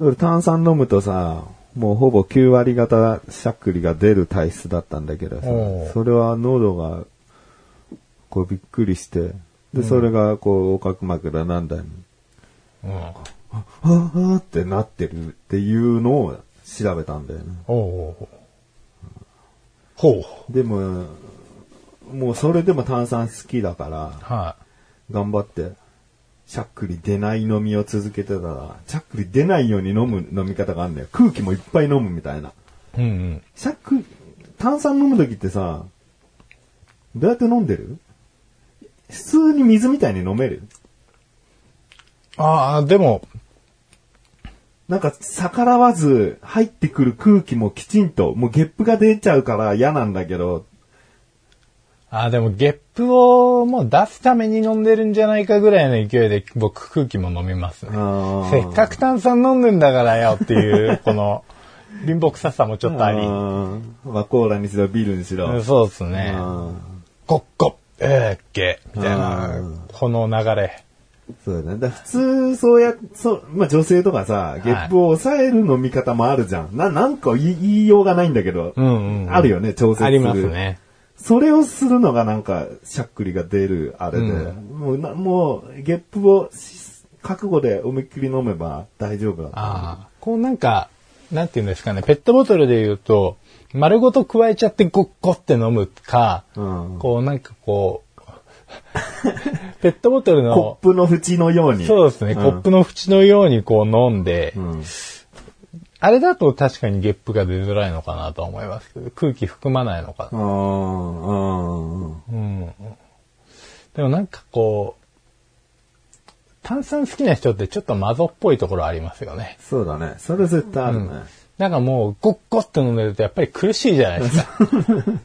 Speaker 2: 俺炭酸飲むとさ、もうほぼ9割方しゃっくりが出る体質だったんだけど
Speaker 1: おう
Speaker 2: さ、それは喉が、こうびっくりして、で、それがこう、横隔膜だなんだに、
Speaker 1: うん。
Speaker 2: はぁはぁってなってるっていうのを調べたんだよね。
Speaker 1: おうおうおうほう。
Speaker 2: でも、もうそれでも炭酸好きだから、
Speaker 1: は
Speaker 2: 頑張って、しゃっくり出ない飲みを続けてたら、しゃっくり出ないように飲む飲み方があんだよ。空気もいっぱい飲むみたいな。
Speaker 1: い。うんうん。
Speaker 2: しゃっくり、炭酸飲む時ってさ、どうやって飲んでる普通に水みたいに飲める
Speaker 1: ああ、でも、
Speaker 2: なんか逆らわず入ってくる空気もきちんと、もうゲップが出ちゃうから嫌なんだけど、
Speaker 1: ああ、でもゲップをもう出すために飲んでるんじゃないかぐらいの勢いで僕空気も飲みますね。
Speaker 2: あー
Speaker 1: せっかく炭酸飲んでんだからよっていう、こ の、貧乏臭さもちょっとあり。
Speaker 2: う
Speaker 1: うん
Speaker 2: まあコーラにしろビールにしろ。
Speaker 1: そうですね。
Speaker 2: うん
Speaker 1: コッコッ、えー、ゲーみたいうな、この流れ。
Speaker 2: そうだね。だから普通、そうや、そう、まあ女性とかさ、ゲップを抑える飲み方もあるじゃん。な、なんか言い言いようがないんだけど、
Speaker 1: うんうん。
Speaker 2: あるよね、調節する。
Speaker 1: あります。ね。
Speaker 2: それをするのがなんか、しゃっくりが出るあれで、
Speaker 1: う
Speaker 2: もうな、もう、ゲップをし覚悟で思いっきり飲めば大丈夫だ。
Speaker 1: ああ。こうなんか、なんていうんですかね、ペットボトルで言うと、丸ごと加えちゃってゴッゴって飲むか、
Speaker 2: うん
Speaker 1: こうなんかこう、ペットボトル
Speaker 2: コ
Speaker 1: の
Speaker 2: ッ、プの縁のように。
Speaker 1: そうですね、
Speaker 2: ん
Speaker 1: コップの縁のようにこう飲んで、
Speaker 2: うん
Speaker 1: あれだと確かにゲップが出づらいのかなとは思いますけど、空気含まないのか
Speaker 2: あ
Speaker 1: な。
Speaker 2: ーあー
Speaker 1: うん。でもなんかこう、炭酸好きな人ってちょっとマゾっぽいところありますよね。
Speaker 2: そうだね。それ絶対あるね。
Speaker 1: なんかもう、ゴッゴッって飲んでるとやっぱり苦しいじゃない ですか。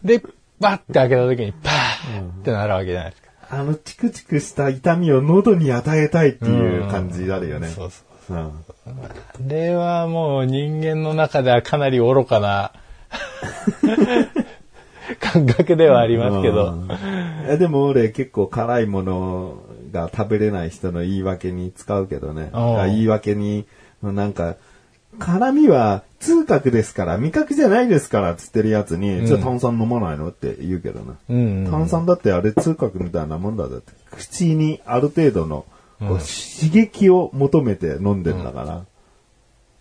Speaker 1: で、バッて開けた時にパーってなるわけじゃないですか。
Speaker 2: あの、チクチクした痛みを喉に与えたいっていう感じあるよね。
Speaker 1: そうそう。
Speaker 2: うん
Speaker 1: あれはもう人間の中ではかなり愚か な感覚ではありますけ
Speaker 2: う
Speaker 1: ど
Speaker 2: ん。えでも俺結構辛いものが食べれない人の言い訳に使うけどね。
Speaker 1: おう
Speaker 2: あ言い訳に、なんか、辛味は痛覚ですから、味覚じゃないですからっつってるやつに、じゃあ炭酸飲まないのって言うけどね。
Speaker 1: うんうん
Speaker 2: 炭酸だってあれ痛覚みたいなもんだぜって。口にある程度のこう刺激を求めて飲んでんだから、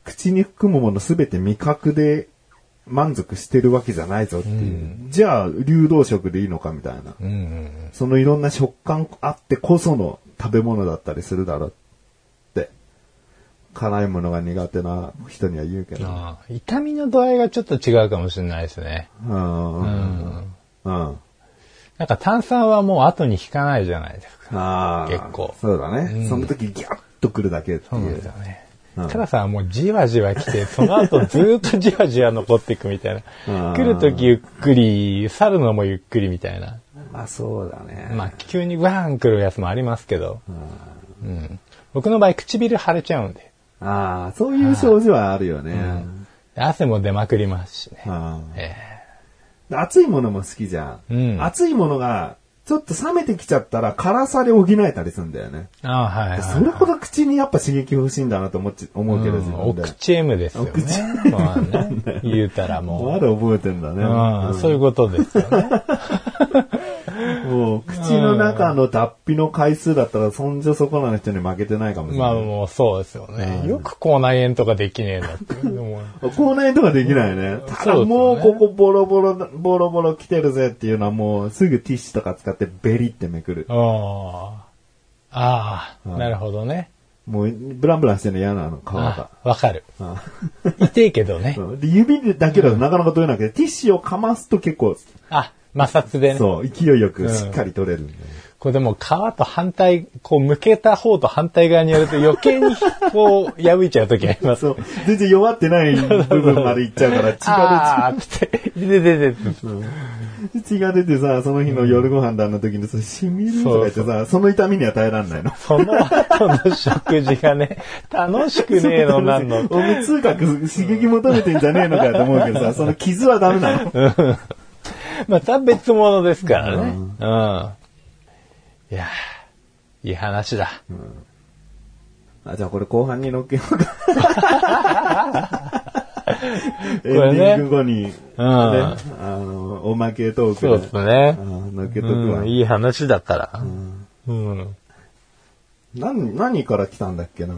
Speaker 2: 口に含むものすべて味覚で満足してるわけじゃないぞっていう。じゃあ、流動食でいいのかみたいな。
Speaker 1: うんうん
Speaker 2: そのいろんな食感あってこその食べ物だったりするだろうって。辛いものが苦手な人には言うけ
Speaker 1: うん、
Speaker 2: ど。
Speaker 1: ああ痛みの度合いがちょっと違うかもしれないですね。
Speaker 2: うん。うん。うん。
Speaker 1: なんか炭酸はもう後に引かないじゃないですか。
Speaker 2: ああ。
Speaker 1: 結構
Speaker 2: そうだね。その時ギャッとくるだけって
Speaker 1: そうないんです
Speaker 2: う
Speaker 1: よ。ね。
Speaker 2: うん
Speaker 1: たださ、もうじわじわ来て、 その後ずーっとじわじわ残っていくみたい
Speaker 2: うん
Speaker 1: な。来るときゆっくり、去るのもゆっくりみたいな。
Speaker 2: まあそうだね。
Speaker 1: まあ急にワーン来るやつもありますけど。うん、僕の場合唇腫れちゃうんで。
Speaker 2: ああ、そういう症状はあるよね。
Speaker 1: 汗も出まくりますしね。
Speaker 2: うん
Speaker 1: え
Speaker 2: 熱いものも好きじゃん。
Speaker 1: うん
Speaker 2: 熱いものが、ちょっと冷めてきちゃったら辛さで補えたりするんだよね。
Speaker 1: えああ、はい、はい。
Speaker 2: それほど口にやっぱ刺激欲しいんだなと思っち思うけど、自
Speaker 1: うん
Speaker 2: 分
Speaker 1: お
Speaker 2: で。
Speaker 1: 口 M ですよね。
Speaker 2: お口
Speaker 1: M まあ ね、言うたらも
Speaker 2: まだ覚えてんだ
Speaker 1: う。うん、
Speaker 2: ね。
Speaker 1: そういうことですよね。
Speaker 2: もう口の中の脱皮の回数だったら、そんじょそこらの人に負けてないかもしれ
Speaker 1: まあ
Speaker 2: ない。
Speaker 1: もうそうですよね。よく口内炎とかできねえなって。でも
Speaker 2: 口内炎とかできないね。ただもう
Speaker 1: そうですね
Speaker 2: ここボロボロだ、ボロボロ来てるぜっていうのはもうすぐティッシュとか使ってベリってめくる。
Speaker 1: ああ。ああ、なるほどね。
Speaker 2: もうブランブランしてるの嫌なの、皮が
Speaker 1: あ。わかる。
Speaker 2: あ
Speaker 1: 痛いけどね
Speaker 2: そ。うで指だけだとなかなか取れなくて、ティッシュをかますと結構、
Speaker 1: あ、摩擦でね。
Speaker 2: そう、勢いよくしっかり取れるんで。
Speaker 1: これでも皮と反対、こう向けた方と反対側にやると余計にこう破いちゃう時あり ます。
Speaker 2: そう、全然弱ってない部分までいっちゃうから、血が
Speaker 1: ああーって。でででで。
Speaker 2: 出て、血が出てさ、その日の夜ご飯だの時に、それ染みるとか言ってさ、その痛みには耐えらんないの。
Speaker 1: その後の食事がね、楽しくねえのなんの。
Speaker 2: お前痛覚刺激求めてんじゃねえのかよと思うけどさ、その傷はダメなの。
Speaker 1: また別物ですからね。うん。いやーいい話だ。
Speaker 2: あ、じゃあこれ後半に乗っけよ うか。エンデ
Speaker 1: れね
Speaker 2: ィング後に、ね、あの、おまけトーク
Speaker 1: そうですね
Speaker 2: あ。乗っけとくわ。
Speaker 1: うん、いい話だから。うん。
Speaker 2: 何、何から来たんだっけな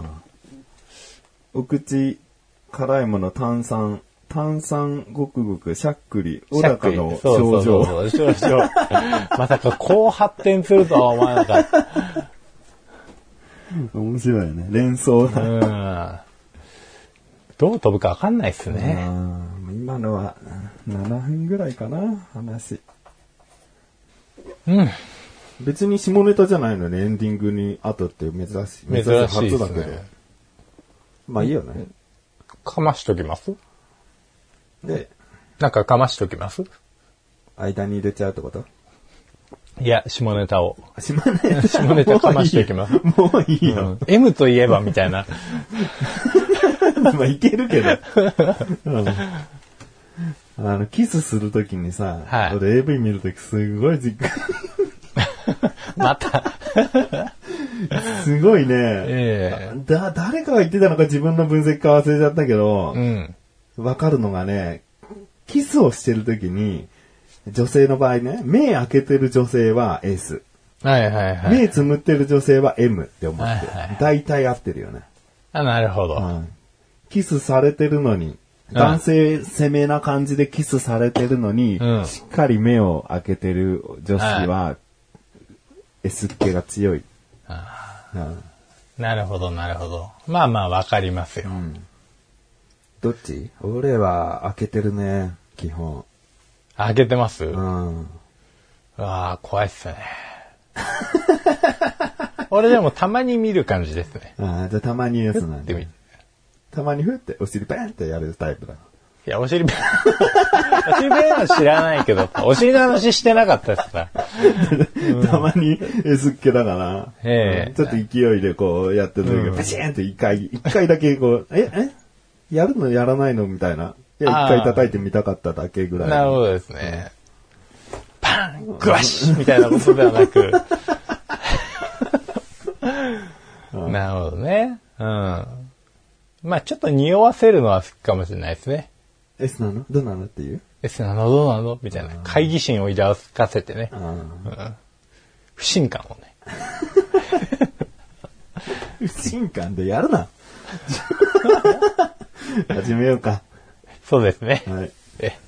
Speaker 2: お口、辛いもの、炭酸、炭酸ごくごくしゃっくり、小
Speaker 1: しゃっく
Speaker 2: 高
Speaker 1: り
Speaker 2: の
Speaker 1: そうそ
Speaker 2: 症
Speaker 1: うそう
Speaker 2: 状。
Speaker 1: そう症状。まさかこう発展するとは思わなかった。
Speaker 2: 面白いよね。連想だ。
Speaker 1: うん。どう飛ぶかわかんないっす
Speaker 2: あ
Speaker 1: ね。
Speaker 2: ー今のは7分ぐらいかな、話。
Speaker 1: うん。
Speaker 2: 別に下ネタじゃないのにエンディングに後って珍しい。
Speaker 1: 珍しいですね
Speaker 2: 初だけど。まあいいよね。
Speaker 1: かましときます
Speaker 2: で、
Speaker 1: なんかかましときます
Speaker 2: 間に入れちゃうってこと
Speaker 1: いや、下ネタを。
Speaker 2: 下ネタ。
Speaker 1: 下ネタかましていきます
Speaker 2: もういいうよ。
Speaker 1: ん M といえばみたいな。
Speaker 2: まあいける けど。うんあの、キスするときにさ、
Speaker 1: はい
Speaker 2: 俺 AV 見るときすごいじっく
Speaker 1: また。
Speaker 2: すごいね。
Speaker 1: え
Speaker 2: だ、誰かが言ってたのか自分の分析か忘れちゃったけど
Speaker 1: え、うん。
Speaker 2: わかるのがね、キスをしてるときに、女性の場合ね、目開けてる女性は S、
Speaker 1: はいはいはい。
Speaker 2: 目つむってる女性は M って思
Speaker 1: はい
Speaker 2: っ
Speaker 1: は
Speaker 2: て
Speaker 1: いはい、
Speaker 2: 大体合ってるよね。
Speaker 1: あ、なるほど。
Speaker 2: うんキスされてるのに、男性攻めな感じでキスされてるのに、
Speaker 1: うん
Speaker 2: しっかり目を開けてる女子は、S っ気が強い。うん
Speaker 1: なるほどなるほど。まあまあわかりますよ。
Speaker 2: どっち俺は開けてるね、基本。
Speaker 1: 開けてます、
Speaker 2: う
Speaker 1: わ
Speaker 2: ん。
Speaker 1: あ怖いっすね。俺でもたまに見る感じですね。
Speaker 2: あーじゃあたまに S なん
Speaker 1: で見
Speaker 2: で。たまにふって、お尻ペンってやるタイプだ。
Speaker 1: いや、お尻 ペン、お尻ペンは知らないけど、お尻の話してなかったですから。
Speaker 2: たまに S っ気だから、
Speaker 1: ええ
Speaker 2: うんちょっと勢いでこうやってる時
Speaker 1: うん
Speaker 2: が、パシーンって一回、一回だけこう、え、えやるのやらないのみたいな。いや、
Speaker 1: あ
Speaker 2: 一
Speaker 1: ー
Speaker 2: 回叩いてみたかっただけぐらい。
Speaker 1: なるほどですね。パングワシみたいなことではなく。なるほどね。うん。まあちょっと匂わせるのは好きかもしれないですね。
Speaker 2: S なのどうなのっていう
Speaker 1: え、そなのどうなのみたいな。懐疑心を抱かせてね。
Speaker 2: あ
Speaker 1: 不信感をね。
Speaker 2: ー不信感でやる な。始めようか。
Speaker 1: そうですね。
Speaker 2: はい。
Speaker 1: え